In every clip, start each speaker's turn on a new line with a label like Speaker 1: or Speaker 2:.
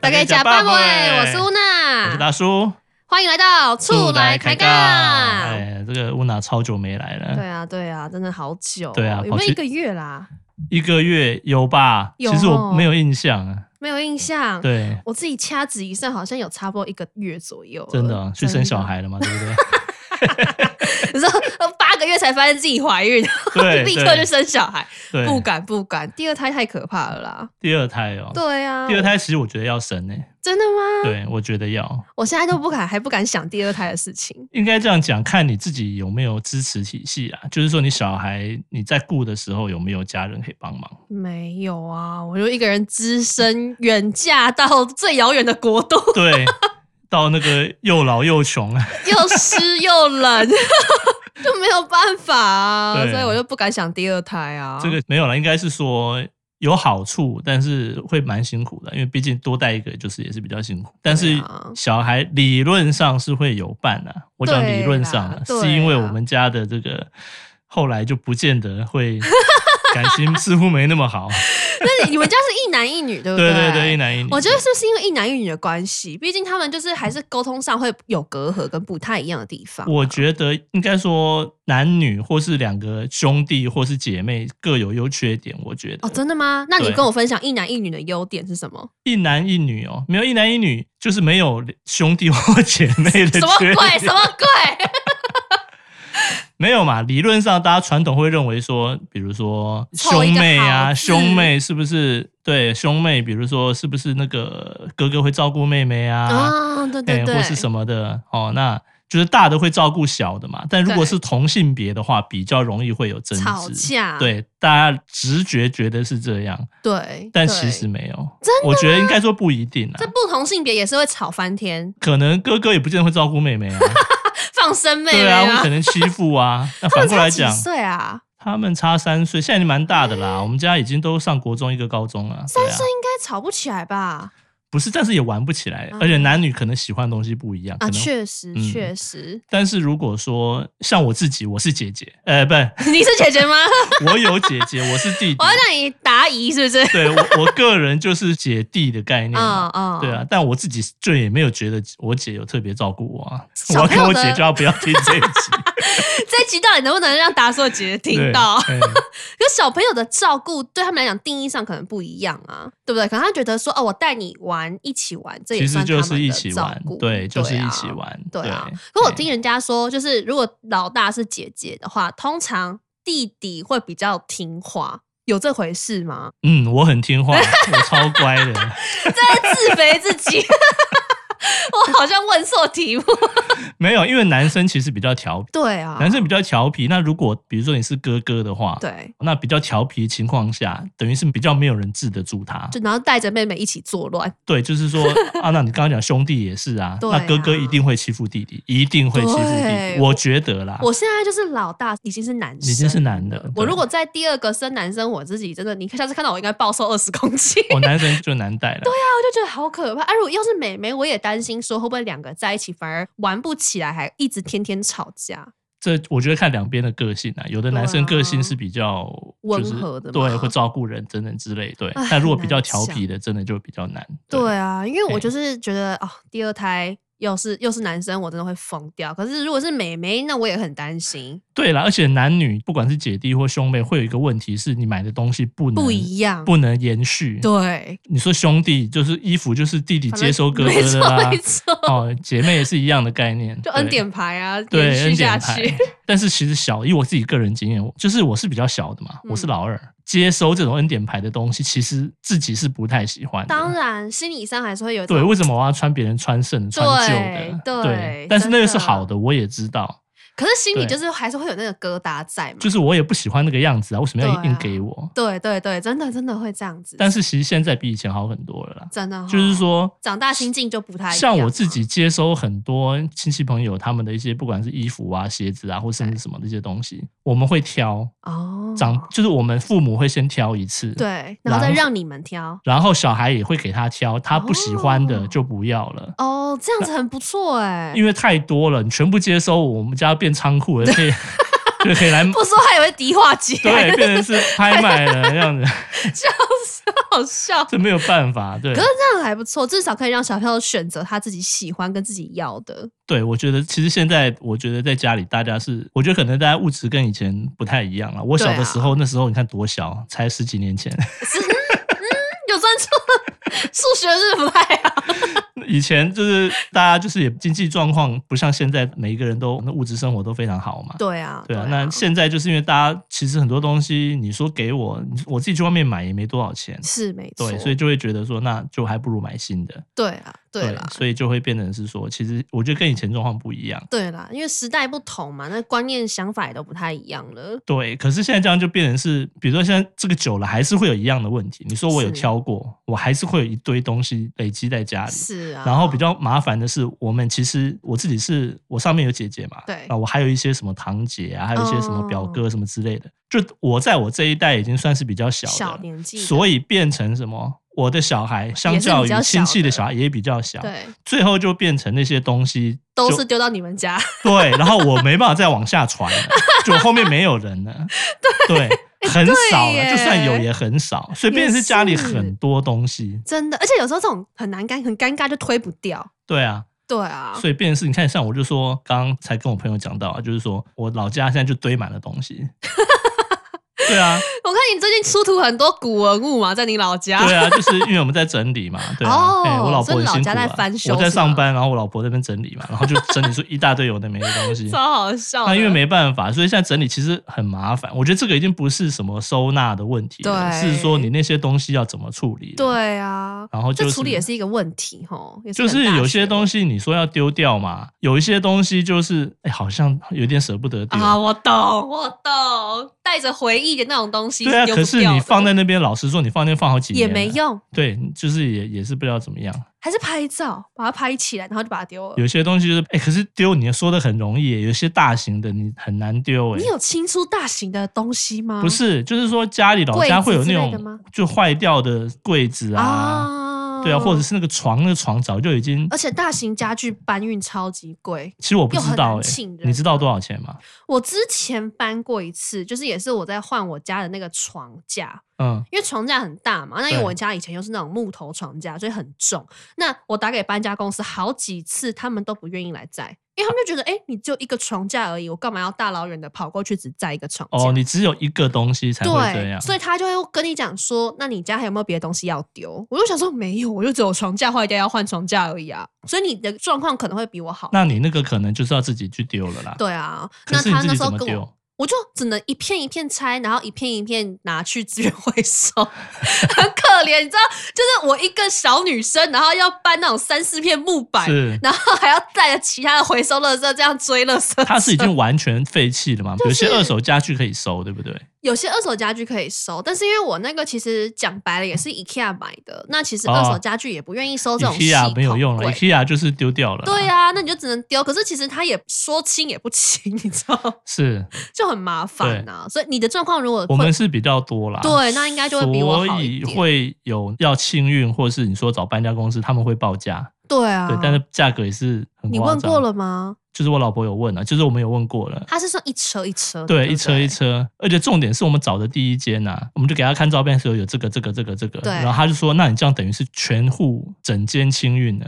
Speaker 1: 大家假拜拜，我是乌
Speaker 2: 我是
Speaker 1: 娜，
Speaker 2: 大叔，
Speaker 1: 欢迎来到处来开
Speaker 2: 杠。
Speaker 1: 杠。
Speaker 2: 哎，这个乌娜超久没来了，
Speaker 1: 对啊，对啊，真的好久哦，
Speaker 2: 对啊
Speaker 1: 有
Speaker 2: 跑
Speaker 1: 没有
Speaker 2: 去
Speaker 1: 一个月啦？
Speaker 2: 一个月有吧？
Speaker 1: 有
Speaker 2: 其实
Speaker 1: 哦
Speaker 2: 我没有印象啊。
Speaker 1: 没有印象。
Speaker 2: 对，
Speaker 1: 我自己掐指一算，好像有差不多一个月左右了。
Speaker 2: 真的啊去生小
Speaker 1: 真的，
Speaker 2: 孩了 嘛？对不对？
Speaker 1: 你说八个月才发现自己怀孕，
Speaker 2: 对
Speaker 1: 立
Speaker 2: 对
Speaker 1: 刻就生小孩，
Speaker 2: 对，
Speaker 1: 不敢不敢，第二胎太可怕了啦。
Speaker 2: 第二胎哦。
Speaker 1: 对啊，
Speaker 2: 第二胎其实我觉得要生诶、
Speaker 1: 真的吗？
Speaker 2: 对我觉得要，
Speaker 1: 我现在都不敢，还不敢想第二胎的事情。
Speaker 2: 应该这样讲，看你自己有没有支持体系啊，就是说你小孩你在顾的时候有没有家人可以帮忙。
Speaker 1: 没有啊，我就一个人只身远嫁到最遥远的国度，
Speaker 2: 对，到那个又老又穷，啊
Speaker 1: 又湿又冷， 就没有办法啊，
Speaker 2: 对
Speaker 1: 所以我就不敢想第二胎啊。
Speaker 2: 这个没有了，应该是说有好处，但是会蛮辛苦的，因为毕竟多带一个就是也是比较辛苦。但是
Speaker 1: 啊
Speaker 2: 小孩理论上是会有伴的、啊我讲理论上啊、
Speaker 1: 对啦
Speaker 2: 是因为
Speaker 1: 对啦
Speaker 2: 我们家的这个后来就不见得会感情似乎没那么 好。
Speaker 1: 那你你们家是一男一女，对不
Speaker 2: 对对
Speaker 1: 对
Speaker 2: 对，一。男一女，
Speaker 1: 我觉得是不是因为一男一女的关系？毕竟他们就是还是沟通上会有隔阂跟不太一样的地方啊。
Speaker 2: 我觉得应该说男女或是两个兄弟或是姐妹各有优缺点，我觉得
Speaker 1: 哦，真的吗？那你
Speaker 2: 对
Speaker 1: 跟我分享一男一女的优点是 什么？
Speaker 2: 一男一女哦，没有一男一女就是没有兄弟或姐妹的
Speaker 1: 什么
Speaker 2: 缺
Speaker 1: 鬼？
Speaker 2: 点
Speaker 1: 什么鬼？
Speaker 2: 没有嘛？理论上，大家传统会认为说，比如说
Speaker 1: 凑一
Speaker 2: 兄
Speaker 1: 个
Speaker 2: 妹
Speaker 1: 好
Speaker 2: 啊，
Speaker 1: 字
Speaker 2: 兄妹是不是对兄妹？比如说是不是那个哥哥会照顾妹妹 啊？
Speaker 1: 啊，对对
Speaker 2: 哎
Speaker 1: 对，
Speaker 2: 或是什么的哦，那就是大的会照顾小的嘛。但如果
Speaker 1: 对
Speaker 2: 是同性别的话，比较容易会有争
Speaker 1: 吵
Speaker 2: 执。
Speaker 1: 架？
Speaker 2: 对，大家直觉觉得是这样，
Speaker 1: 对，
Speaker 2: 但
Speaker 1: 对
Speaker 2: 其实没有。我觉得应该说不一定啊
Speaker 1: 这，不同性别也是会吵翻天，
Speaker 2: 可能哥哥也不见得会照顾妹 妹啊，
Speaker 1: 放生妹妹
Speaker 2: 对啊，会
Speaker 1: 啊
Speaker 2: 可能欺负啊。那反过来讲
Speaker 1: 他们才几，岁啊，
Speaker 2: 他们差三岁，现在已经蛮大的啦。我们家已经都上国中一个高中了，对
Speaker 1: 嗯三
Speaker 2: 啊
Speaker 1: 岁，应该吵不起来吧？
Speaker 2: 不是，但是也玩不起来，
Speaker 1: 啊
Speaker 2: 而且男女可能喜欢的东西不一样，可
Speaker 1: 啊，
Speaker 2: 能。
Speaker 1: 确实，
Speaker 2: 嗯
Speaker 1: 确 实，
Speaker 2: 但是如果说像我自己，我是姐姐，呃，不，
Speaker 1: 你是姐姐吗？
Speaker 2: 我有姐姐，我是弟弟
Speaker 1: 我，要让你答疑，是不是？
Speaker 2: 对我我个人就是姐弟的概念嘛。
Speaker 1: 啊啊
Speaker 2: 对啊，，但我自己就也没有觉得我姐有特别照顾我啊。我
Speaker 1: 小
Speaker 2: 要
Speaker 1: 朋
Speaker 2: 跟
Speaker 1: 友
Speaker 2: 我
Speaker 1: 的
Speaker 2: 姐就要不要听这一 集？
Speaker 1: 这一集到底能不能让达叔的姐姐听
Speaker 2: 对
Speaker 1: 到？
Speaker 2: 嗯
Speaker 1: 可小朋友的照顾对他们来讲定义上可能不一样啊，对不对？可能他觉得说，哦，我带你玩，一起玩，这也
Speaker 2: 其实
Speaker 1: 算他
Speaker 2: 就
Speaker 1: 们
Speaker 2: 是一
Speaker 1: 的
Speaker 2: 起
Speaker 1: 照
Speaker 2: 玩
Speaker 1: 顾，，
Speaker 2: 对，就是一
Speaker 1: 啊
Speaker 2: 起玩，
Speaker 1: 对啊，可
Speaker 2: 对
Speaker 1: 我听人家说，就是如果老大是姐姐的话，通常弟弟会比较听话，有这回事吗？
Speaker 2: 嗯，我很听话，我超乖的，
Speaker 1: 在自肥自己， 我好像问错题目。
Speaker 2: 没有，因为男生其实比较调皮，
Speaker 1: 对啊，
Speaker 2: 男生比较调皮。那如果比如说你是哥哥的话，
Speaker 1: 对，
Speaker 2: 那比较调皮的情况下，等于是比较没有人治得住他。
Speaker 1: 就然后带着妹妹一起作乱，
Speaker 2: 对，就是 说啊，那你刚刚讲兄弟也是啊，
Speaker 1: 对啊
Speaker 2: 那哥哥一定会欺负弟弟，一定会欺负弟
Speaker 1: 对
Speaker 2: 弟，我觉得啦。
Speaker 1: 我现在就是老大，已经是男生，
Speaker 2: 啊已经是男的对
Speaker 1: 我如果在第二个生男生，我自己真的，你下次看到我应该暴瘦二十公 斤。
Speaker 2: 我哦男生就难带了，对啊，
Speaker 1: 我就觉得好可怕。哎、啊，如果要是美眉，我也担心说会不会两个在一起反而玩不起来，还一直天天吵架。
Speaker 2: 这我觉得看两边的个性啊，有的男生
Speaker 1: 对啊
Speaker 2: 个性是比较
Speaker 1: 温
Speaker 2: 就是
Speaker 1: 和的嘛
Speaker 2: 对，会照顾人等等之类，对
Speaker 1: 唉。
Speaker 2: 但如果比较
Speaker 1: 难
Speaker 2: 调皮
Speaker 1: 想
Speaker 2: 的，真的就比较难。
Speaker 1: 对啊，因为我
Speaker 2: 嘿
Speaker 1: 就是觉得啊、第二胎又是又是男生，我真的会疯掉。可是如果是美眉，那我也很担心，
Speaker 2: 对啦，而且男女不管是姐弟或兄妹，会有一个问题是你买的东西不能
Speaker 1: 不一样。
Speaker 2: 嗯不能延续。
Speaker 1: 对，
Speaker 2: 你说兄弟就是衣服就是弟弟
Speaker 1: 反
Speaker 2: 接
Speaker 1: 正
Speaker 2: 收哥
Speaker 1: 没
Speaker 2: 哥的啦
Speaker 1: 错，没错，
Speaker 2: 哦，姐妹也是一样的概念，
Speaker 1: 就
Speaker 2: 对
Speaker 1: 恩典牌啊，
Speaker 2: 对
Speaker 1: 延续
Speaker 2: 恩
Speaker 1: 下
Speaker 2: 典牌
Speaker 1: 去。。
Speaker 2: 但是其实小，以我自己个人经验，我就是我是比较小的嘛，
Speaker 1: 嗯
Speaker 2: 我是老二，接收这种恩典牌的东西，其实自己是不太喜欢的。
Speaker 1: 当然，心理上还是会有一
Speaker 2: 对，
Speaker 1: 种
Speaker 2: 为什么我要穿别人穿剩的、穿旧的？
Speaker 1: 对对
Speaker 2: 但是那个
Speaker 1: 真
Speaker 2: 是
Speaker 1: 的
Speaker 2: 好的，我也知道。
Speaker 1: 可是心里
Speaker 2: 对
Speaker 1: 就是还是会有那个疙瘩在嘛。
Speaker 2: 就是我也不喜欢那个样子啊，为什么要
Speaker 1: 对啊
Speaker 2: 硬给我？
Speaker 1: 对对对，真的真的会这样子。
Speaker 2: 但是其实现在比以前好很多了啦。
Speaker 1: 真的哦、
Speaker 2: 就是说，
Speaker 1: 长大心境就不太一样
Speaker 2: 像我自
Speaker 1: 了
Speaker 2: 己接收很多亲戚朋友他们的一些，不管是衣服啊、鞋子啊，或甚至什么的一些东西，我们会挑。
Speaker 1: 哦，
Speaker 2: 长就是我们父母会先挑一次，，
Speaker 1: 对，然后再
Speaker 2: 然后
Speaker 1: 让你们挑
Speaker 2: 然后小孩也会给他挑，他不喜欢的
Speaker 1: 哦
Speaker 2: 就不要了。
Speaker 1: 哦，这样子很不错哎、
Speaker 2: 因为太多了，你全部接收，我们家变仓库了，可以 就可以来
Speaker 1: 不说还以为迪化街，
Speaker 2: 对，变成是拍卖了这样子，
Speaker 1: 笑死，好笑。
Speaker 2: 这没有办法，对
Speaker 1: 可是。这样还不错，至少可以让小朋友选择他自己喜欢跟自己要的。
Speaker 2: 对，我觉得其实现在，我觉得在家里大家是，我觉得可能大家物质跟以前不太一样了。我小
Speaker 1: 对啊
Speaker 2: 的时候，那时候你看多小，才十几年前，
Speaker 1: 有专注， 数学是不太好。
Speaker 2: 以前就是大家就是也经济状况不像现在，每一个人都那物质生活都非常好嘛。
Speaker 1: 对啊，
Speaker 2: 对啊，那现在就是因为大家其实很多东西，你说给我，你我自己去外面买也没多少钱，
Speaker 1: 是没错。
Speaker 2: 对，所以就会觉得说，那就还不如买新的。
Speaker 1: 对啊，对啦，
Speaker 2: 所以就会变成是说，其实我觉得跟以前状况不一样。
Speaker 1: 对啦，因为时代不同嘛，那观念想法也都不太一样了。
Speaker 2: 对，可是现在这样就变成是，比如说现在这个久了，还是会有一样的问题。你说我有
Speaker 1: 是
Speaker 2: 挑过，我还是会有一堆东西累积在家里。
Speaker 1: 是啊，
Speaker 2: 然后比较麻烦的是，我们其实我自己是我上面有姐姐嘛，
Speaker 1: 对
Speaker 2: 啊，我还有一些什么堂姐啊，还有一些什么表
Speaker 1: 哦
Speaker 2: 哥什么之类的。就我在我这一代已经算是比较小的，
Speaker 1: 小年纪的，
Speaker 2: 所以变成什么？我的小孩相
Speaker 1: 也是
Speaker 2: 较
Speaker 1: 比
Speaker 2: 于
Speaker 1: 较
Speaker 2: 亲
Speaker 1: 小
Speaker 2: 戚的
Speaker 1: 的
Speaker 2: 小孩也比较小，
Speaker 1: 对
Speaker 2: 最后就变成那些东西
Speaker 1: 都
Speaker 2: 啊就是
Speaker 1: 丢到你们家，
Speaker 2: 对，然后我没办法再往下传了，就后面没有人 了，对，很少
Speaker 1: 哎对耶
Speaker 2: 了，就算有也很少，所以变成是家里很多东西，
Speaker 1: 真的。而且有时候这种很难尴很尴尬，就推不掉。
Speaker 2: 对啊，
Speaker 1: 对啊，
Speaker 2: 所以变成是你看，像我就说，刚刚才跟我朋友讲到啊，就是说我老家现在就堆满了东西，对 啊，
Speaker 1: 我看你最近出土很多古文物嘛，在你老家。
Speaker 2: 对啊，就是因为我们在整理嘛，对啊，
Speaker 1: 哦
Speaker 2: 哎我老婆
Speaker 1: 所以
Speaker 2: 很
Speaker 1: 老
Speaker 2: 辛苦
Speaker 1: 家
Speaker 2: 啊，
Speaker 1: 在翻修
Speaker 2: 我在
Speaker 1: 是吗，
Speaker 2: 上班，然后我老婆在那边整理嘛，然后就整理出一大堆有的没的东西
Speaker 1: 超好笑的。
Speaker 2: 那因为没办法，所以现在整理其实很麻烦。我觉得这个已经不是什么收纳的问题了，
Speaker 1: 对
Speaker 2: 是说你那些东西要怎么处理。，
Speaker 1: 对啊，
Speaker 2: 然后就
Speaker 1: 这
Speaker 2: 是
Speaker 1: 处理也是一个问题吼，也
Speaker 2: 就
Speaker 1: 很
Speaker 2: 是
Speaker 1: 大
Speaker 2: 有些
Speaker 1: 学
Speaker 2: 东西你说要丢掉嘛，有一些东西就是哎，好像有点舍不得丢。
Speaker 1: 啊，我懂，我懂，带着回忆的那种东西
Speaker 2: 对啊，
Speaker 1: 丢
Speaker 2: 可
Speaker 1: 不
Speaker 2: 是
Speaker 1: 掉
Speaker 2: 你
Speaker 1: 的
Speaker 2: 放在啊那边，老实说，你放那边放好几年
Speaker 1: 也
Speaker 2: 了
Speaker 1: 没。用，
Speaker 2: 对，就是也也是不知道怎么样。
Speaker 1: 还是拍照，把它拍起来，然后就把它丢了。
Speaker 2: 有些东西就是哎，可是丢你说的很容易耶，有些大型的你很难丢哎
Speaker 1: 你。有清出大型的东西吗？
Speaker 2: 不是，就是说家里老
Speaker 1: 柜
Speaker 2: 家
Speaker 1: 子
Speaker 2: 会有
Speaker 1: 之
Speaker 2: 那
Speaker 1: 类的
Speaker 2: 种
Speaker 1: 吗
Speaker 2: 就坏掉的柜子啊，
Speaker 1: 啊，
Speaker 2: 对啊，或者是那个床，那个床早就已经，
Speaker 1: 而且大型家具搬运超级贵。
Speaker 2: 其实我不知
Speaker 1: 又很
Speaker 2: 道
Speaker 1: 难
Speaker 2: 哎、
Speaker 1: 请人
Speaker 2: 你知道多少钱吗？
Speaker 1: 我之前搬过一次，就是也是我在换我家的那个床架，
Speaker 2: 嗯，
Speaker 1: 因为床架很大嘛，那因为
Speaker 2: 对
Speaker 1: 我家以前又是那种木头床架，所以很重。那我打给搬家公司好几次，他们都不愿意来载，因为他们就觉得，哎、你就一个床架而已，我干嘛要大老远的跑过去只载一个床架？
Speaker 2: 哦，你只有一个东西才会这
Speaker 1: 对，
Speaker 2: 样，
Speaker 1: 所以他就会跟你讲说，那你家还有没有别的东西要丢？我就想说没有，我就只有床架坏掉要换床架而已啊。所以你的状况可能会比我好。
Speaker 2: 那你那个可能就是要自己去丢了啦。
Speaker 1: 对啊，
Speaker 2: 可
Speaker 1: 那
Speaker 2: 是你
Speaker 1: 他
Speaker 2: 自
Speaker 1: 那
Speaker 2: 己
Speaker 1: 时候
Speaker 2: 怎么
Speaker 1: 跟我，
Speaker 2: 丢？
Speaker 1: 我就只能一片一片拆，然后一片一片拿去资源回收， 很可怜，你知道，就是我一个小女生，然后要搬那种三四片木板。
Speaker 2: 是，
Speaker 1: 然后还要带着其他的回收垃圾这样追垃圾车，
Speaker 2: 它是已经完全废弃了嘛？有些
Speaker 1: 是
Speaker 2: 二手家具可以收，对不对？
Speaker 1: 有些二手家具可以收，但是因为我那个其实讲白了也是 IKEA 买的，那其实
Speaker 2: 哦
Speaker 1: 二手家具也不愿意收这种系
Speaker 2: IKEA
Speaker 1: 统
Speaker 2: 没有用了
Speaker 1: 柜
Speaker 2: ，IKEA 就是丢掉了。
Speaker 1: 对、啊，那你就只能丢。可是其实它也说清也不清，你知道吗，
Speaker 2: 是
Speaker 1: 就很麻烦啊。所以你的状况如果
Speaker 2: 我
Speaker 1: 会
Speaker 2: 们是比较多啦。
Speaker 1: 对，那应该就会比我好
Speaker 2: 所
Speaker 1: 一
Speaker 2: 以
Speaker 1: 点。
Speaker 2: 会有要清运，或是你说找搬家公司，他们会报价，
Speaker 1: 对啊，
Speaker 2: 对，但是价格也是很
Speaker 1: 你
Speaker 2: 夸
Speaker 1: 问
Speaker 2: 张
Speaker 1: 过了吗？
Speaker 2: 就是我老婆有问了、啊就是我们有问过了。
Speaker 1: 他是说一车一车的，
Speaker 2: 对，
Speaker 1: 对，
Speaker 2: 一车一。车，而且重点是我们找的第一间呐、我们就给他看照片的时候有这个这个这个这个，
Speaker 1: 对
Speaker 2: 然后他就说，那你这样等于是全户整间清运了。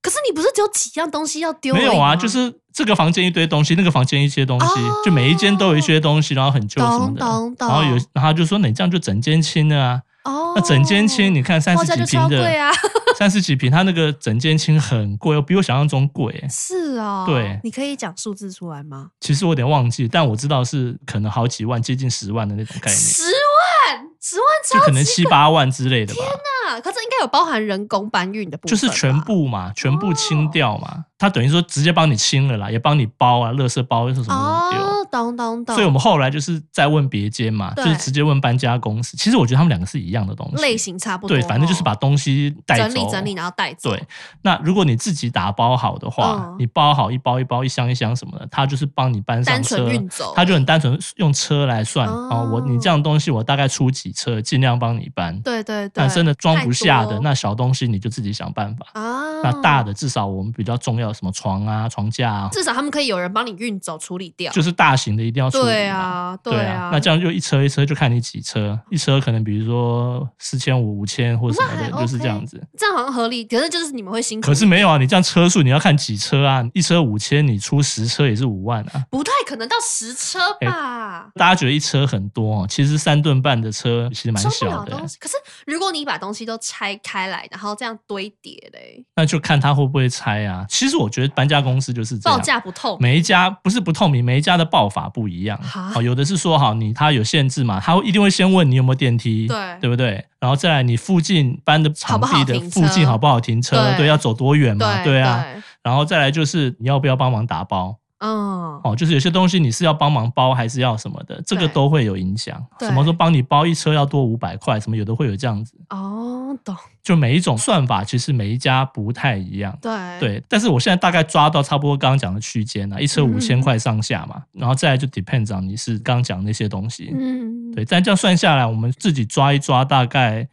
Speaker 1: 可是你不是只有几样东西要丢？
Speaker 2: 没有啊，就是这个房间一堆东西，那个房间一些东西，
Speaker 1: 哦
Speaker 2: 就每一间都有一些东西，然后很旧什么的。
Speaker 1: 懂懂
Speaker 2: 然后有，
Speaker 1: 懂
Speaker 2: 然后他就说，那你这样就整间清了啊。
Speaker 1: 哦，
Speaker 2: 那整间清，你看三
Speaker 1: 报
Speaker 2: 十
Speaker 1: 价
Speaker 2: 几
Speaker 1: 就超
Speaker 2: 平的
Speaker 1: 贵，啊，
Speaker 2: 三十、几平，他那个整间清很贵，比我想象中贵、
Speaker 1: 是哦，
Speaker 2: 对
Speaker 1: 你可以讲数字出来吗？
Speaker 2: 其实我有点忘记，但我知道是可能好几万，接近十万的那种概念，
Speaker 1: 十万，十万
Speaker 2: 就可
Speaker 1: 超
Speaker 2: 能
Speaker 1: 级
Speaker 2: 七八万之类的吧。
Speaker 1: 大，啊可是应该有包含人工搬运的部
Speaker 2: 就
Speaker 1: 分，
Speaker 2: 是全。部嘛，全部
Speaker 1: 哦
Speaker 2: 清掉嘛。他等于说直接帮你清了啦，也帮你包啊，垃圾包是什么丢。
Speaker 1: 哦，懂懂懂，
Speaker 2: 所以我们后来就是再问别间嘛，就
Speaker 1: 对
Speaker 2: 是直接问搬家公司。其实我觉得他们两个是一样的东西，
Speaker 1: 类型差不多，
Speaker 2: 对，反正就是把东西带走。
Speaker 1: 整理整理，然后带走。
Speaker 2: 对，那如果你自己打包好的话，
Speaker 1: 嗯
Speaker 2: 你包好一包一包、一箱一箱什么的，他就是帮你搬上
Speaker 1: 单纯
Speaker 2: 车
Speaker 1: 运走，
Speaker 2: 他就很单纯用车来算
Speaker 1: 哦
Speaker 2: 哦，我你这样东西我大概出几车，尽量帮你搬。
Speaker 1: 对对对，
Speaker 2: 但真的装不下
Speaker 1: 太
Speaker 2: 的
Speaker 1: 多
Speaker 2: 那小东西，你就自己想办法。
Speaker 1: 啊，
Speaker 2: 那大的至少我们比较重要，什么床啊、床架啊，
Speaker 1: 至少他们可以有人帮你运走处理掉，
Speaker 2: 就是大型型的一定要处理嘛
Speaker 1: 对啊，
Speaker 2: 对
Speaker 1: 啊，
Speaker 2: 那这样就一车一车就看你几车，一车可能比如说四千五、五千或什么的，
Speaker 1: 那还
Speaker 2: 就是这
Speaker 1: OK
Speaker 2: 样子。
Speaker 1: 这样好像合理，可是就是你们会辛苦。
Speaker 2: 可是没有啊，你这样车数你要看几车啊，一车五千，你出十车也是五万啊。
Speaker 1: 不太可能到十车吧，
Speaker 2: 大家觉得一车很多哦，其实三吨半的车其实蛮
Speaker 1: 装不
Speaker 2: 小
Speaker 1: 了
Speaker 2: 的欸、
Speaker 1: 东西。可是如果你把东西都拆开来，然后这样堆叠嘞，
Speaker 2: 那就看他会不会拆啊。其实我觉得搬家公司就是这
Speaker 1: 报
Speaker 2: 样，
Speaker 1: 价不透明。
Speaker 2: 每一家不是不透明，每一家的报法不一样
Speaker 1: 哈。
Speaker 2: 哦，有的是说好你它有限制嘛，他会一定会先问你有没有电梯，
Speaker 1: 对
Speaker 2: 对不对？然后再来你附近搬的场地
Speaker 1: 好不好
Speaker 2: 的
Speaker 1: 停车
Speaker 2: 附近好不好停车？
Speaker 1: 对
Speaker 2: 对，要走多远嘛？
Speaker 1: 对
Speaker 2: 对啊。，然后再来就是你要不要帮忙打包？
Speaker 1: 嗯，
Speaker 2: 哦，就是有些东西你是要帮忙包还是要什么的，这个
Speaker 1: 对
Speaker 2: 都会有影响。
Speaker 1: 对
Speaker 2: 什么时候帮你包一车要多五百块，什么有的会有这样子，
Speaker 1: 哦，懂，
Speaker 2: 就每一种算法其实每一家不太一样。
Speaker 1: 对，
Speaker 2: 对，但是我现在大概抓到差不多刚刚讲的区间啊，一车五千块上下嘛，然后再来就 depends on 你是刚刚讲那些东西，
Speaker 1: 嗯，
Speaker 2: 对，但这样算下来，我们自己抓一抓，大概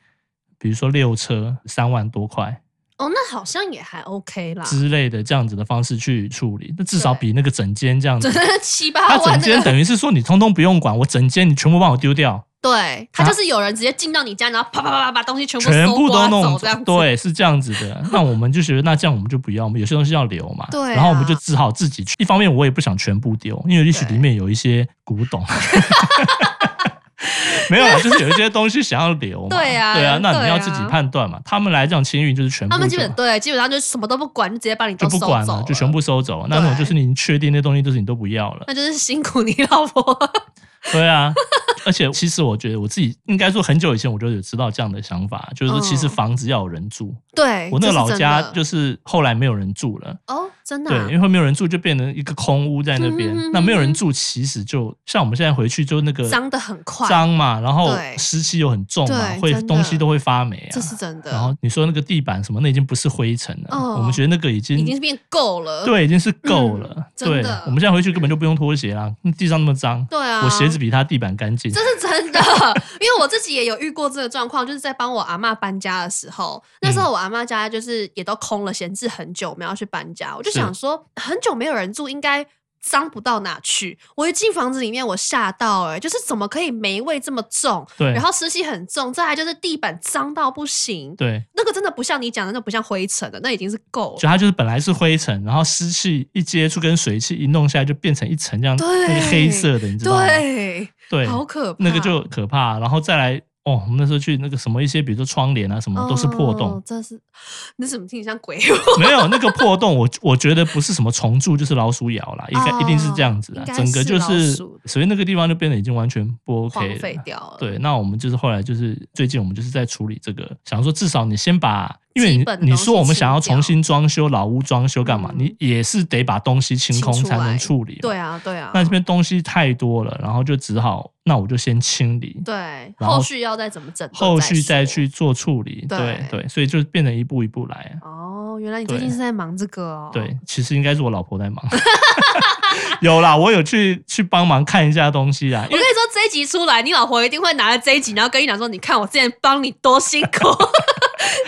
Speaker 2: 比如说六车三万多块
Speaker 1: 哦，那好像也还 OK 啦，
Speaker 2: 之类的这样子的方式去处理，那至少
Speaker 1: 对
Speaker 2: 比那个整间这样子
Speaker 1: 真，的七八
Speaker 2: 它整
Speaker 1: 万那
Speaker 2: 间
Speaker 1: 个，
Speaker 2: 等于是说你通通不用管，我整间你全部帮我丢掉，
Speaker 1: 对他
Speaker 2: 啊
Speaker 1: 就是有人直接进到你家，然后啪啪啪啪把东西全部
Speaker 2: 全
Speaker 1: 搜
Speaker 2: 部
Speaker 1: 刮
Speaker 2: 都弄
Speaker 1: 走这样子，
Speaker 2: 对，是这样子的。那我们就觉得，那这样我们就不要，我们有些东西要留嘛。
Speaker 1: 对啊
Speaker 2: 然后我们就只好自己去。一方面我也不想全部丢，因为也许
Speaker 1: 对
Speaker 2: 里面有一些古董。 没有啦，啊就是有一些东西想要留嘛。
Speaker 1: 对啊
Speaker 2: 对啊，那
Speaker 1: 对
Speaker 2: 你
Speaker 1: 啊
Speaker 2: 要自己判断嘛。他们来讲清运就是全部就，
Speaker 1: 他们基本对，基本上就什么都不管，就直接把你
Speaker 2: 就
Speaker 1: 都
Speaker 2: 不
Speaker 1: 收走
Speaker 2: 管了，就全部收走。那那种
Speaker 1: 对
Speaker 2: 就是你已经确定那东西都是你都不要 了。
Speaker 1: 那就是辛苦你老 婆。
Speaker 2: 对啊，而且其实我觉得我自己应该说很久以前我就有知道这样的想法，就是说其实
Speaker 1: 嗯
Speaker 2: 房子要有人住。
Speaker 1: 对，
Speaker 2: 我那
Speaker 1: 这
Speaker 2: 个
Speaker 1: 是
Speaker 2: 老
Speaker 1: 真
Speaker 2: 家
Speaker 1: 的
Speaker 2: 就是后来没有人住了。
Speaker 1: 哦，真的
Speaker 2: 对，
Speaker 1: 啊、
Speaker 2: 因为会没有人住，就变成一个空屋在那边。
Speaker 1: 嗯
Speaker 2: 那没有人住，其实就像我们现在回去，就那个
Speaker 1: 脏的很快，
Speaker 2: 脏嘛，然后
Speaker 1: 对
Speaker 2: 湿气又很重嘛
Speaker 1: 对，
Speaker 2: 会
Speaker 1: 真的
Speaker 2: 东西都会发霉啊
Speaker 1: 这。是真的。
Speaker 2: 然后你说那个地板什么，那已经不是灰尘了，
Speaker 1: 哦
Speaker 2: 我们觉得那个已经
Speaker 1: 已经变够了，
Speaker 2: 对，已经是够了。
Speaker 1: 真
Speaker 2: 对
Speaker 1: 的，
Speaker 2: 我们现在回去根本就不用拖鞋啦，那地上那么脏，
Speaker 1: 对啊，
Speaker 2: 我鞋子比他地板干净。
Speaker 1: 这是 真的，因为我自己也有遇过这个状况，就是在帮我阿嬷搬家的时候，那
Speaker 2: 嗯
Speaker 1: 时候我阿嬷家就是也都空了，闲置很久，我们要去搬家，我就是想说很久没有人住，应该。脏不到哪去，我一进房子里面，我吓到哎、就是怎么可以霉味这么重，
Speaker 2: 对，
Speaker 1: 然后湿气很重，再来就是地板脏到不行，
Speaker 2: 对，
Speaker 1: 那个真的不像你讲的，那不像灰尘的，那已经是够
Speaker 2: 就
Speaker 1: 了。
Speaker 2: 它就是本来是灰尘，然后湿气一接触跟水汽一弄下来，就变成一层这样
Speaker 1: 对
Speaker 2: 那个黑色的，你知道吗？
Speaker 1: 对，
Speaker 2: 对，
Speaker 1: 好可怕，
Speaker 2: 那个就可怕。然后再来哦，我们那时候去那个什么一些，比如说窗帘啊什么，都是破洞
Speaker 1: 哦，。这是你怎么听起来 像鬼
Speaker 2: 没有那个破洞，我我觉得不是什么虫蛀，就是老鼠咬啦，应该、
Speaker 1: 哦
Speaker 2: 一定是这样子的
Speaker 1: 应，该
Speaker 2: 整个就是
Speaker 1: 老
Speaker 2: 是
Speaker 1: 鼠，
Speaker 2: 所以那个地方就变得已经完全不 OK
Speaker 1: 荒
Speaker 2: 了
Speaker 1: 废。掉了？
Speaker 2: 对，那我们就是后来就是最近我们就是在处理这个，想说至少你先把，因为
Speaker 1: 基
Speaker 2: 你
Speaker 1: 本的
Speaker 2: 你
Speaker 1: 东西
Speaker 2: 说我们想要
Speaker 1: 清掉
Speaker 2: 重新装修老屋装修干嘛，
Speaker 1: 嗯
Speaker 2: 你也是得把东西清
Speaker 1: 清
Speaker 2: 空
Speaker 1: 出
Speaker 2: 才
Speaker 1: 来
Speaker 2: 能处理。
Speaker 1: 对，啊，对啊，
Speaker 2: 那这边东西太多了，然后就只好那我就先清理，
Speaker 1: 对
Speaker 2: 然后
Speaker 1: 后续要再怎么整顿说，
Speaker 2: 后续再去做处理。对
Speaker 1: 对
Speaker 2: 对，所以就变成一步一步来啊。
Speaker 1: 哦，原来你最
Speaker 2: 对
Speaker 1: 近是在忙这个哦。
Speaker 2: 对，其实应该是我老婆在忙。 有啦，我有去去帮忙看一下东西啊，
Speaker 1: 我跟你说，这一集出来，你老婆一定会拿着这一集，然后跟你讲说：“你看我之前帮你多辛 苦。”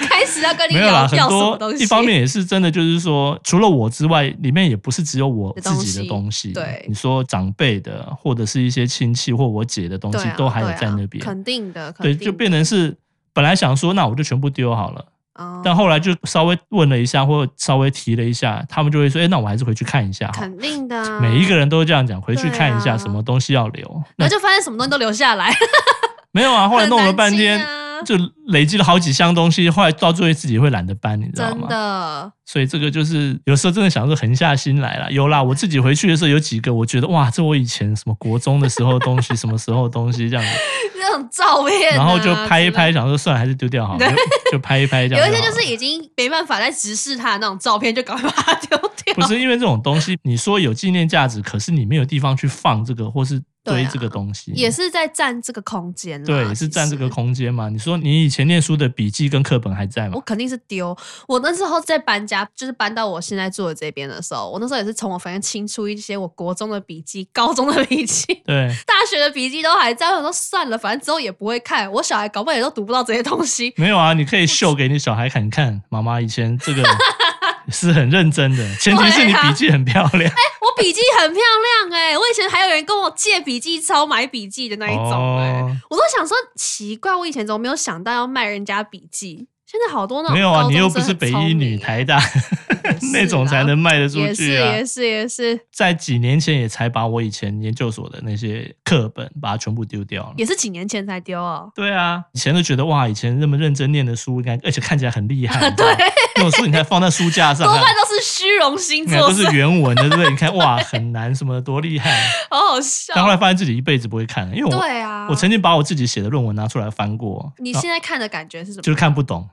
Speaker 1: 开始要跟你
Speaker 2: 没有啦，
Speaker 1: 聊
Speaker 2: 很
Speaker 1: 掉什
Speaker 2: 多
Speaker 1: 么东西。
Speaker 2: 一方面也是真的，就是说，除了我之外，里面也不是只有我自己的
Speaker 1: 的东
Speaker 2: 东西。
Speaker 1: 对
Speaker 2: 你说长辈的，或者是一些亲戚或我姐的东
Speaker 1: 对
Speaker 2: 西
Speaker 1: 啊，
Speaker 2: 都还有
Speaker 1: 对啊
Speaker 2: 在那边。
Speaker 1: 肯定的，肯
Speaker 2: 对，
Speaker 1: 定
Speaker 2: 就变
Speaker 1: 的。
Speaker 2: 成是本来想说，那我就全部丢好了，
Speaker 1: 哦
Speaker 2: 但后来就稍微问了一下，或稍微提了一下，他们就会说，哎、那我还是回去看一下好了。
Speaker 1: 肯定的啊，
Speaker 2: 每一个人都这样讲，回去
Speaker 1: 对
Speaker 2: 看一下
Speaker 1: 啊
Speaker 2: 什么东西要留。那
Speaker 1: 然后就发现什么东西都留下来，
Speaker 2: 没有啊，后来
Speaker 1: 很
Speaker 2: 弄了
Speaker 1: 难
Speaker 2: 半
Speaker 1: 清
Speaker 2: 天，
Speaker 1: 啊
Speaker 2: 就累积了好几箱东西，后来到最后自己会懒得搬，你知道
Speaker 1: 真
Speaker 2: 吗？
Speaker 1: 的
Speaker 2: 所以这个就是有时候真的想说狠下心来了。有啦，我自己回去的时候有几个，我觉得哇，这我以前什么国中的时候的东西，什么时候的东西这样 子，
Speaker 1: 那种照片啊，
Speaker 2: 然后就拍一
Speaker 1: 之类的
Speaker 2: 拍，想说算了，还是丢掉好了，就就拍一拍这样
Speaker 1: 有
Speaker 2: 好
Speaker 1: 一
Speaker 2: 了。
Speaker 1: 些就是已经没办法再直视他的那种照片，就赶快把它丢掉。
Speaker 2: 不是因为这种东西，你说有纪念价值，可是你没有地方去放这个或是
Speaker 1: 对
Speaker 2: 堆
Speaker 1: 啊
Speaker 2: 这个东西，
Speaker 1: 也是在占这个空间啦，
Speaker 2: 对，
Speaker 1: 其
Speaker 2: 是占这个
Speaker 1: 实。
Speaker 2: 空间嘛？你说你以前念书的笔记跟课本还在吗
Speaker 1: 我？肯定是丢。我那时候在搬家，就是搬到我现在住的这边的时候，我那时候也是从我房间清出一些我国中的笔记、 高中的笔记、
Speaker 2: 对，
Speaker 1: 大学的笔记都还在。我想说算了，反正之后也不会看，我小孩搞不好也都读不到这些东西。
Speaker 2: 没有啊，你可以秀给你小孩看看，妈妈以前这个是很认真的，
Speaker 1: 啊
Speaker 2: 前提是你笔记很漂亮。
Speaker 1: 哎、我笔记很漂亮哎、我以前还有人跟我借笔记抄买笔记的那一种哎、
Speaker 2: 哦，
Speaker 1: 我都想说奇怪，我以前怎么没有想到要卖人家笔记？现在好多那种
Speaker 2: 没有啊，
Speaker 1: 高
Speaker 2: 你又
Speaker 1: 中
Speaker 2: 不
Speaker 1: 生
Speaker 2: 是
Speaker 1: 很
Speaker 2: 北
Speaker 1: 聪
Speaker 2: 一女、
Speaker 1: 明哎啊
Speaker 2: 台 大那种才能卖得出
Speaker 1: 也是
Speaker 2: 去啊。
Speaker 1: 也是也是
Speaker 2: 在几年前也才把我以前研究所的那些课本把它全部丢掉了。
Speaker 1: 也是几年前才丢哦。
Speaker 2: 对啊，以前都觉得哇，以前那么认真念的书，应该而且看起来很厉 害。对，那种书你看放在书架上
Speaker 1: 多
Speaker 2: 啊，
Speaker 1: 半都是虚荣心
Speaker 2: 你看都
Speaker 1: 作
Speaker 2: 是
Speaker 1: 祟，
Speaker 2: 原文的，对不对？你看哇，很难，什么多 厉害。
Speaker 1: 好好笑
Speaker 2: 但。后来发现自己一辈子不会看了，因为我、
Speaker 1: 对啊，
Speaker 2: 我曾经把我自己写的论文拿出来翻过，
Speaker 1: 你
Speaker 2: 然后
Speaker 1: 现在看的感觉是什么？
Speaker 2: 就是看不 懂，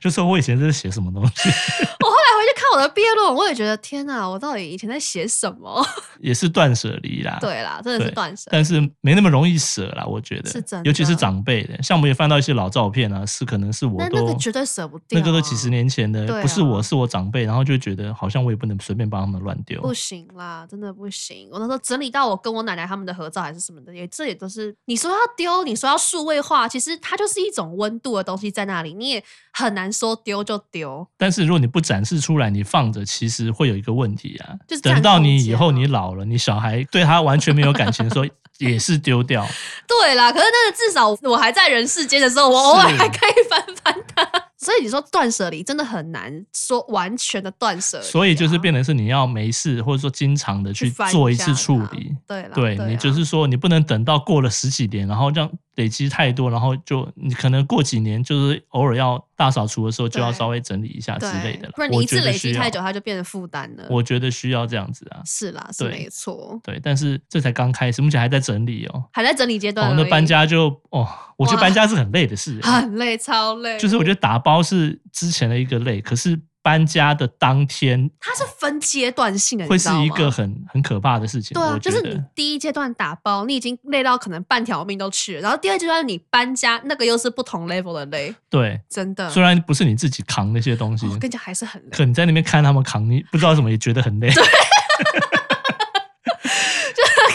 Speaker 2: 就说我以前在写什么东西，
Speaker 1: 我后来回去看我的毕业论文，我也觉得天哪，我到底以前在写什么？
Speaker 2: 也是断舍离啦。。
Speaker 1: 对啦，真的是
Speaker 2: 对
Speaker 1: 断舍。
Speaker 2: 但是没那么容易舍啦，我觉得，
Speaker 1: 是真的
Speaker 2: 尤其是长辈的，像我们也翻到一些老照片啊，是可能是我
Speaker 1: 那
Speaker 2: 都
Speaker 1: 那个绝对舍不掉、
Speaker 2: 那个都几十，年前的，
Speaker 1: 对啊
Speaker 2: 不是我，是我长辈，然后就觉得好像我也不能随便帮他们乱丢
Speaker 1: 不。行啦，真的不行。我那时候整理到我跟我奶奶他们的合照还是什么的，也这也都是你说要丢，你说要数位化，其实它就是一种温度的东西在那里，你也很难说丢就丢。
Speaker 2: 但是如果你不展示出来，你放着，其实会有一个问题啊，
Speaker 1: 就是占
Speaker 2: 等到你以后
Speaker 1: 空间啊
Speaker 2: 你老了，你小孩对他完全没有感情的时候， 也是丢掉。
Speaker 1: 对啦，可是那个至少我还在人世间的时候，我偶尔
Speaker 2: 是
Speaker 1: 还可以翻翻它。 所以你说断舍离真的很难说完全的断舍离啊、
Speaker 2: 所以就是变成是你要没事，或者说经常的
Speaker 1: 去
Speaker 2: 去
Speaker 1: 翻
Speaker 2: 做一
Speaker 1: 下
Speaker 2: 次处
Speaker 1: 它
Speaker 2: 理。
Speaker 1: 对啦，
Speaker 2: 对
Speaker 1: 啊
Speaker 2: 你就是说，你不能等到过了十几年，然后让累积太多，然后就你可能过几年就是偶尔要大扫除的时候，就要
Speaker 1: 对
Speaker 2: 稍微整理一下之
Speaker 1: 对
Speaker 2: 类的了。
Speaker 1: 不然你一次
Speaker 2: 我觉得
Speaker 1: 累
Speaker 2: 需
Speaker 1: 积
Speaker 2: 要
Speaker 1: 太久，它就变成负担了。
Speaker 2: 我觉得需要这样子啊。
Speaker 1: 是啦，是
Speaker 2: 对
Speaker 1: 没错，
Speaker 2: 对，但是这才刚开始，目前还在整理哦。
Speaker 1: 还在整理阶段
Speaker 2: 哦，
Speaker 1: 而已。
Speaker 2: 那搬家就哦，我觉得
Speaker 1: 哇
Speaker 2: 搬家是很累的 事，欸
Speaker 1: 很累，超累，
Speaker 2: 就是我觉得打包是之前的一个累，可是搬家的当天
Speaker 1: 它是分阶段性的，你
Speaker 2: 会
Speaker 1: 知
Speaker 2: 是
Speaker 1: 道
Speaker 2: 一
Speaker 1: 吗
Speaker 2: 个很很可怕的事情。
Speaker 1: 对啊，
Speaker 2: 我
Speaker 1: 就
Speaker 2: 觉
Speaker 1: 是
Speaker 2: 得
Speaker 1: 你第一阶段打包，你已经累到可能半条命都去了，然后第二阶段你搬家，那个又是不同 level 的累，
Speaker 2: 对，
Speaker 1: 真的。
Speaker 2: 虽然不是你自己扛那些东西，
Speaker 1: 我嗯哦跟你讲，还是很累，
Speaker 2: 可你在那边看他们扛，你不知道什么也觉得很累。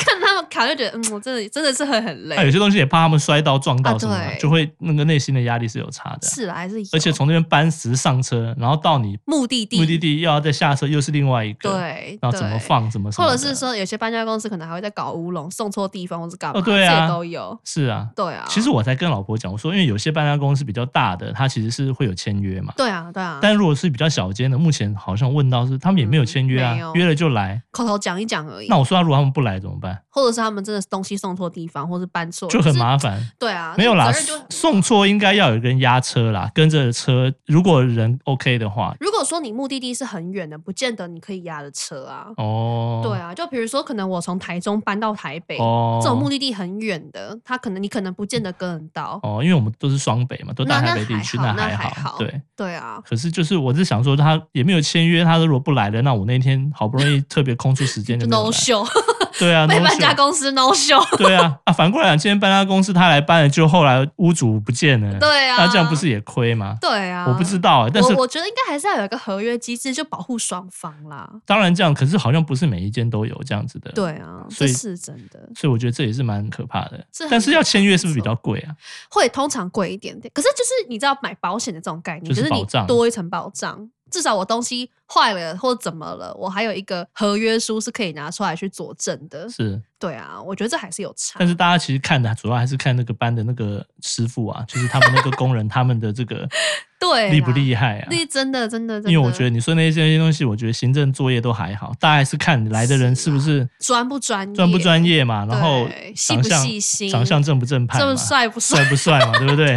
Speaker 1: 看他们扛就觉得，嗯，我真的真的是很很 累。
Speaker 2: 啊有些东西也怕他们摔到撞到什么的，
Speaker 1: 啊对
Speaker 2: 就会那个内心的压力是有差的啊。
Speaker 1: 是啦，还是有
Speaker 2: 而且从那边搬时上车，然后到你
Speaker 1: 目的地，
Speaker 2: 目的地又要再下车，又是另外一个。。
Speaker 1: 对，
Speaker 2: 然后怎么
Speaker 1: 对，
Speaker 2: 放，怎么什
Speaker 1: 或
Speaker 2: 么
Speaker 1: 者
Speaker 2: 的
Speaker 1: 是说有些搬家公司可能还会在搞乌龙，送错地方或是干嘛，
Speaker 2: 哦对啊
Speaker 1: 这也都有。
Speaker 2: 是啊。
Speaker 1: 对啊，
Speaker 2: 其实我才跟老婆讲，我说因为有些搬家公司比较大的，它其实是会有签约嘛。
Speaker 1: 对啊，对啊，
Speaker 2: 但如果是比较小间的，目前好像问到是他们也没有签约
Speaker 1: 嗯
Speaker 2: 啊
Speaker 1: 没，有
Speaker 2: 约了就来。
Speaker 1: 口头讲一讲而已。
Speaker 2: 那我说，如果他们不来怎么办？
Speaker 1: 或者是他们真的是东西送错地方，或是搬错，
Speaker 2: 就很麻烦。
Speaker 1: 就是。对啊，
Speaker 2: 没有啦
Speaker 1: 责任就很，
Speaker 2: 送错应该要有一个人压车啦，跟着车。如果人 OK 的话，
Speaker 1: 如果说你目的地是很远的，不见得你可以压的车啊。
Speaker 2: 哦，
Speaker 1: 对啊，就比如说，可能我从台中搬到台北，
Speaker 2: 哦，
Speaker 1: 这种目的地很远的，他可能你可能不见得跟得到。
Speaker 2: 哦，因为我们都是双北嘛，都在
Speaker 1: 那
Speaker 2: 台
Speaker 1: 那
Speaker 2: 北地区，
Speaker 1: 还好
Speaker 2: 还
Speaker 1: 那还好
Speaker 2: 对。
Speaker 1: 对啊，
Speaker 2: 可是就是我是想说，他也没有签约，他如果不来了，那我那天好不容易特别空出时间就
Speaker 1: 就
Speaker 2: 没有
Speaker 1: no
Speaker 2: 来。
Speaker 1: show，
Speaker 2: 对啊，
Speaker 1: 被
Speaker 2: no
Speaker 1: 搬家
Speaker 2: show
Speaker 1: 公司 no show。
Speaker 2: 对啊啊，反过来讲，今天搬家公司他来搬了，就后来屋主不见了，
Speaker 1: 对啊，
Speaker 2: 那这样不是？也亏吗？
Speaker 1: 对啊，
Speaker 2: 我不知道欸，但是
Speaker 1: 我我觉得应该还是要有一个合约机制，就保护双方啦。
Speaker 2: 当然这样，可是好像不是每一间都有这样子的。。
Speaker 1: 对啊，
Speaker 2: 所
Speaker 1: 这
Speaker 2: 以
Speaker 1: 是真的，
Speaker 2: 所以我觉得这也是蛮可怕的
Speaker 1: 是，很
Speaker 2: 但是要签约是不是比较贵啊？
Speaker 1: 会通常贵一点点。可是就是你知道买保险的这种概念，
Speaker 2: 就是
Speaker 1: 就是
Speaker 2: 保
Speaker 1: 你
Speaker 2: 障
Speaker 1: 多一层保障，至少我东西坏了或怎么了，我还有一个合约书是可以拿出来去佐证的。
Speaker 2: 是，
Speaker 1: 对啊，我觉得这还是有差。
Speaker 2: 但是大家其实看的主要还是看那个班的那个师傅啊，就是他们那个工人他们的这个
Speaker 1: 对啦
Speaker 2: 厉不厉害啊？
Speaker 1: 那真的真的真的，
Speaker 2: 因为我觉得你说那些东西，我觉得行政作业都还好，大家还是看来的人是不是
Speaker 1: 啊专不专业，
Speaker 2: 专不专业嘛，然后
Speaker 1: 对细
Speaker 2: 长
Speaker 1: 不
Speaker 2: 相
Speaker 1: 细心，
Speaker 2: 长相正不正派
Speaker 1: 这
Speaker 2: 嘛，
Speaker 1: 么帅不帅
Speaker 2: 帅，不帅嘛，对不 对？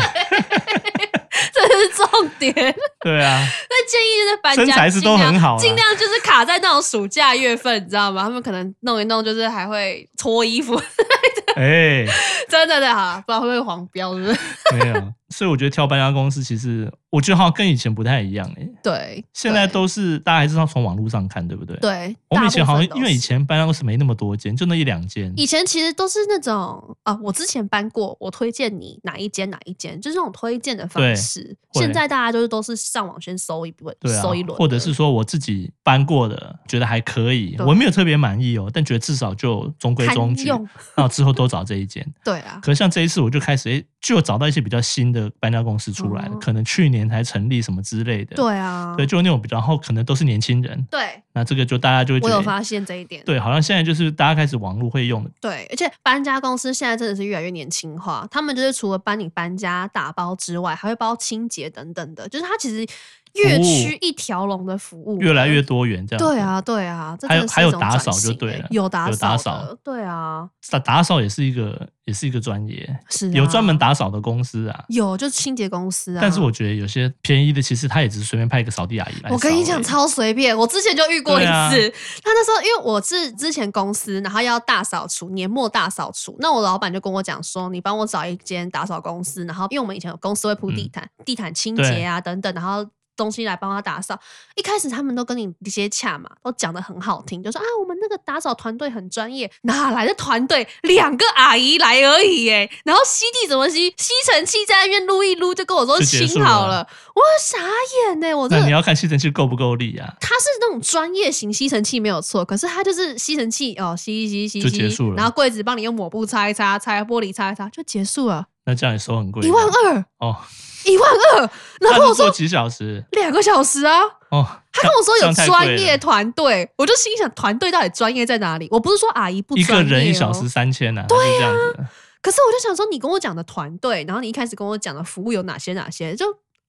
Speaker 1: 这是重点。
Speaker 2: 对啊，
Speaker 1: 那建议就是搬家
Speaker 2: 身材是都很好啦
Speaker 1: 尽量尽量就是卡在那种暑假月份，你知道吗？他们可能弄一弄，就是还会脱衣服，
Speaker 2: 哎，
Speaker 1: 真的的哈，不知道会不会黄标， 是不是？
Speaker 2: 没有，所以我觉得挑搬家公司其实我觉得好像跟以前不太一样哎，
Speaker 1: 对，
Speaker 2: 现在
Speaker 1: 对
Speaker 2: 都是大家还是要从网络上看，对不对？
Speaker 1: 对。
Speaker 2: 我们以前好
Speaker 1: 大
Speaker 2: 像
Speaker 1: 部分
Speaker 2: 因
Speaker 1: 都
Speaker 2: 为
Speaker 1: 是
Speaker 2: 以前搬家公司没那么多间，就那一两间。
Speaker 1: 以前其实都是那种啊，我之前搬过，我推荐你哪一间哪一间，就是这种推荐的
Speaker 2: 对
Speaker 1: 方式。
Speaker 2: 会
Speaker 1: 现在大家就是都是上网先搜一轮，
Speaker 2: 对啊
Speaker 1: 搜一，轮的，
Speaker 2: 或者是说我自己搬过的，觉得还可以，
Speaker 1: 对
Speaker 2: 我没有特别满意哦，但觉得至少就中规
Speaker 1: 堪
Speaker 2: 中矩，
Speaker 1: 用。
Speaker 2: 那之后都找这一间。
Speaker 1: 对啊，
Speaker 2: 可是像这一次，我就开始诶就找到一些比较新的搬家公司出来的，
Speaker 1: 哦
Speaker 2: 可能去年才成立什么之类的。
Speaker 1: 对啊，
Speaker 2: 对，就那种比较后，可能都是年轻人。
Speaker 1: 对，
Speaker 2: 那这个就大家就会觉
Speaker 1: 我
Speaker 2: 得
Speaker 1: 有发现这一点。
Speaker 2: 对，好像现在就是大家开始网络会用的，
Speaker 1: 对，而且搬家公司现在真的是越来越年轻化，他们就是除了帮你搬家打包之外，还会包清洁等等的，就是它其实越
Speaker 2: 服务
Speaker 1: 趋一条龙的服务，
Speaker 2: 越来越多元这样子。
Speaker 1: 对啊，对啊，这
Speaker 2: 还有
Speaker 1: 真的是
Speaker 2: 还有
Speaker 1: 一种
Speaker 2: 打
Speaker 1: 转
Speaker 2: 扫就
Speaker 1: 型
Speaker 2: 对
Speaker 1: 欸
Speaker 2: 了
Speaker 1: 有打
Speaker 2: 有打
Speaker 1: 扫
Speaker 2: 扫
Speaker 1: 的，对啊，
Speaker 2: 打打扫也是一个也是一个专业，
Speaker 1: 是啊
Speaker 2: 有专门
Speaker 1: 打
Speaker 2: 打扫的公司啊。
Speaker 1: 有就是清洁公司啊，
Speaker 2: 但是我觉得有些便宜的，其实他也只是随便派一个扫地阿姨来。
Speaker 1: 我跟你讲，，超随便。我之前就遇过一
Speaker 2: 欸对
Speaker 1: 次，
Speaker 2: 啊
Speaker 1: 他那时候因为我是之前公司，然后要大扫除，年末大扫除，那我老板就跟我讲说，你帮我找一间打扫公司，然后因为我们以前有公司会铺
Speaker 2: 嗯
Speaker 1: 地毯、地毯清洁啊等等，然后。东西来帮他打扫，一开始他们都跟你接洽嘛，都讲的很好听，就说啊，我们那个打扫团队很专业，哪来的团队？两个阿姨来而已哎，然后吸地怎么吸？吸尘器在那边撸一撸，就跟我说
Speaker 2: 就结束
Speaker 1: 清好
Speaker 2: 了
Speaker 1: 了，我傻眼呢，我真
Speaker 2: 那
Speaker 1: 的
Speaker 2: 你要看吸尘器够不够力啊？
Speaker 1: 它是那种专业型吸尘器没有错，可是它就是吸尘器哦，吸一吸吸
Speaker 2: 就
Speaker 1: 吸，
Speaker 2: 结束了
Speaker 1: 然后柜子帮你用抹布擦一擦，擦玻璃擦一擦就结束了，
Speaker 2: 那这样也收很贵，
Speaker 1: 一万二，
Speaker 2: 哦。
Speaker 1: 一万二。然后
Speaker 2: 他
Speaker 1: 跟我
Speaker 2: 是做
Speaker 1: 说
Speaker 2: 几小时
Speaker 1: 两个小时啊，
Speaker 2: 哦？
Speaker 1: 他跟我说
Speaker 2: 这
Speaker 1: 有
Speaker 2: 样太
Speaker 1: 专
Speaker 2: 贵了
Speaker 1: 业哦团队，我就心想团队到底专业在哪里？我不是说阿姨不
Speaker 2: 一个
Speaker 1: 专业、哦，
Speaker 2: 人一小时三千呢，对这
Speaker 1: 啊
Speaker 2: 样子。
Speaker 1: 可是我就想说，你跟我讲的团队，然后你一开始跟我讲的服务有哪些哪些，就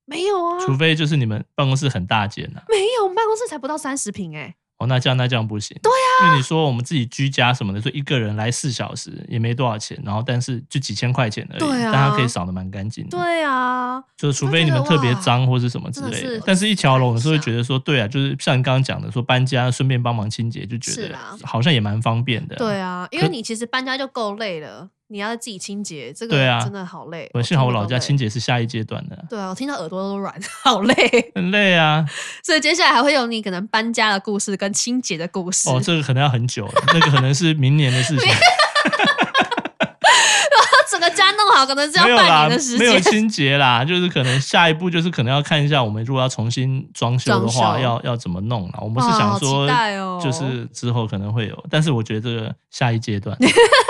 Speaker 1: 没有啊，
Speaker 2: 除非就是你们办公室很大间呐、
Speaker 1: 没有，我们办公室才不到三十平哎，
Speaker 2: 哦，那这样那这样不行。对
Speaker 1: 啊
Speaker 2: 呀、因为你说我们自己居家什么的，说一个人来四小时也没多少钱，然后但是就几千块钱而已，
Speaker 1: 对啊
Speaker 2: 但它可以扫的蛮干净的。，
Speaker 1: 对啊，
Speaker 2: 就是除非你们特别脏或是什么之类
Speaker 1: 真的
Speaker 2: 的
Speaker 1: 是，
Speaker 2: 但是一条龙有时候会
Speaker 1: 看一下
Speaker 2: 觉得说，对啊，就是像你刚刚讲的，说搬家顺便帮忙清洁，就觉
Speaker 1: 是
Speaker 2: 得
Speaker 1: 啦
Speaker 2: 好像也蛮方便的。
Speaker 1: 对啊，因
Speaker 2: 可
Speaker 1: 为你其实搬家就够累了，你要自己清洁，这个
Speaker 2: 对啊
Speaker 1: 真的好累。
Speaker 2: 我幸好我老家清
Speaker 1: 洁，
Speaker 2: 洁是下一阶段的，
Speaker 1: 对啊，我听到耳朵都软， 好累。
Speaker 2: 很累 啊。
Speaker 1: 所以接下来还会有你可能搬家的故事跟清洁的故事。
Speaker 2: 哦，这个可能要很久了，那个可能是明年的事情。
Speaker 1: 整个家弄好可能是要
Speaker 2: 没有
Speaker 1: 半
Speaker 2: 啦
Speaker 1: 年的时，
Speaker 2: 没有
Speaker 1: 间。
Speaker 2: 清洁啦，就是可能下一步就是可能要看一下我们如果要重新装修的
Speaker 1: 装
Speaker 2: 话，
Speaker 1: 修
Speaker 2: 要要怎么弄啦。我 们是
Speaker 1: 哇
Speaker 2: 想
Speaker 1: 啊好
Speaker 2: 说
Speaker 1: 期待哦，
Speaker 2: 就是之后可能会有，但是我觉得这个下一阶段，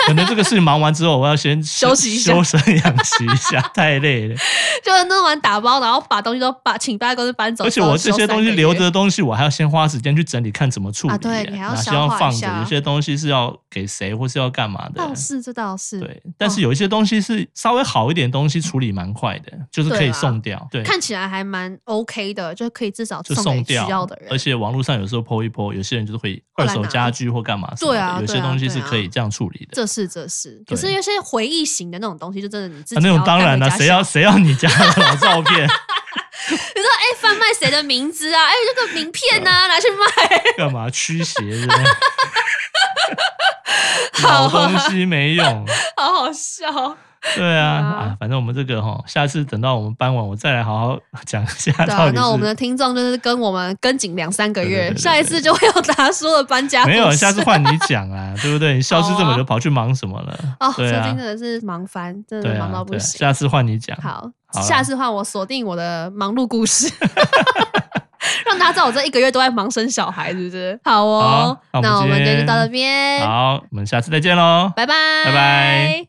Speaker 2: 可能这个事情忙完之后，我要先
Speaker 1: 休息一下
Speaker 2: 休身养息一 下，太累了。
Speaker 1: 就是弄完打包，然后把东西都把请搬家公司搬走，
Speaker 2: 而且我这些东西留
Speaker 1: 休三个月。
Speaker 2: 着东西，我还要先花时间去整理，看怎么处理、
Speaker 1: 啊对你还要
Speaker 2: 哪些
Speaker 1: 消
Speaker 2: 要
Speaker 1: 化一
Speaker 2: 放着，
Speaker 1: 下
Speaker 2: 有些东西是要给谁或是要干嘛的。
Speaker 1: 倒是这倒是，
Speaker 2: 对，但是有一些东西是稍微好一点，东西处理蛮快的，就是可
Speaker 1: 对
Speaker 2: 以
Speaker 1: 啦
Speaker 2: 送掉。对，
Speaker 1: 看起来还蛮 OK 的，就可以至少
Speaker 2: 就
Speaker 1: 送
Speaker 2: 送
Speaker 1: 给需
Speaker 2: 掉
Speaker 1: 要的人。
Speaker 2: 而且网络上有时候 PO 一 PO，有些人就是会
Speaker 1: 会
Speaker 2: 二
Speaker 1: 来拿
Speaker 2: 手家居或干嘛什么
Speaker 1: 对啊
Speaker 2: 的，有些
Speaker 1: 对啊
Speaker 2: 东西
Speaker 1: 对
Speaker 2: 是
Speaker 1: 啊
Speaker 2: 可以这样处理的。
Speaker 1: 这是这是，
Speaker 2: 对
Speaker 1: 可是有些回忆型的那种东西，就真的你自己、
Speaker 2: 啊那种当然
Speaker 1: 了
Speaker 2: 了，，谁要谁要你家的老 照片
Speaker 1: 你说哎，贩卖谁的名字啊？哎，这个名片呢、
Speaker 2: 啊
Speaker 1: 拿去卖。
Speaker 2: 干嘛驱邪是吧？
Speaker 1: 啊
Speaker 2: 老东西没用，
Speaker 1: 好好 笑。
Speaker 2: 对啊
Speaker 1: 啊
Speaker 2: 啊，反正我们这个哈，下次等到我们搬完，我再来好好讲一下
Speaker 1: 对
Speaker 2: 到
Speaker 1: 啊，
Speaker 2: 底
Speaker 1: 那我们
Speaker 2: 是
Speaker 1: 的听众就是跟我们跟紧两三个
Speaker 2: 对对
Speaker 1: 月，
Speaker 2: 对对
Speaker 1: 下一次就会有他说的搬家故事。
Speaker 2: 没有，下次换你讲啊， 对不对？你消失这
Speaker 1: 好啊
Speaker 2: 么久，跑去忙什么了？
Speaker 1: 哦，
Speaker 2: 对
Speaker 1: 最
Speaker 2: 啊
Speaker 1: 近真，的是忙翻，真的
Speaker 2: 对
Speaker 1: 是嗯忙
Speaker 2: 啊
Speaker 1: 到，不
Speaker 2: 对啊，
Speaker 1: 行。
Speaker 2: 下次换你讲。
Speaker 1: 好，
Speaker 2: 好啊啦
Speaker 1: 下次换我锁定我的忙碌 故事。让大家知道我这一个月都在忙生小孩，是不是？好哦，
Speaker 2: 好那我们
Speaker 1: 那我们今
Speaker 2: 今
Speaker 1: 天
Speaker 2: 天
Speaker 1: 就到这边，
Speaker 2: 好，我们下次再见喽。
Speaker 1: 拜拜，
Speaker 2: 拜拜。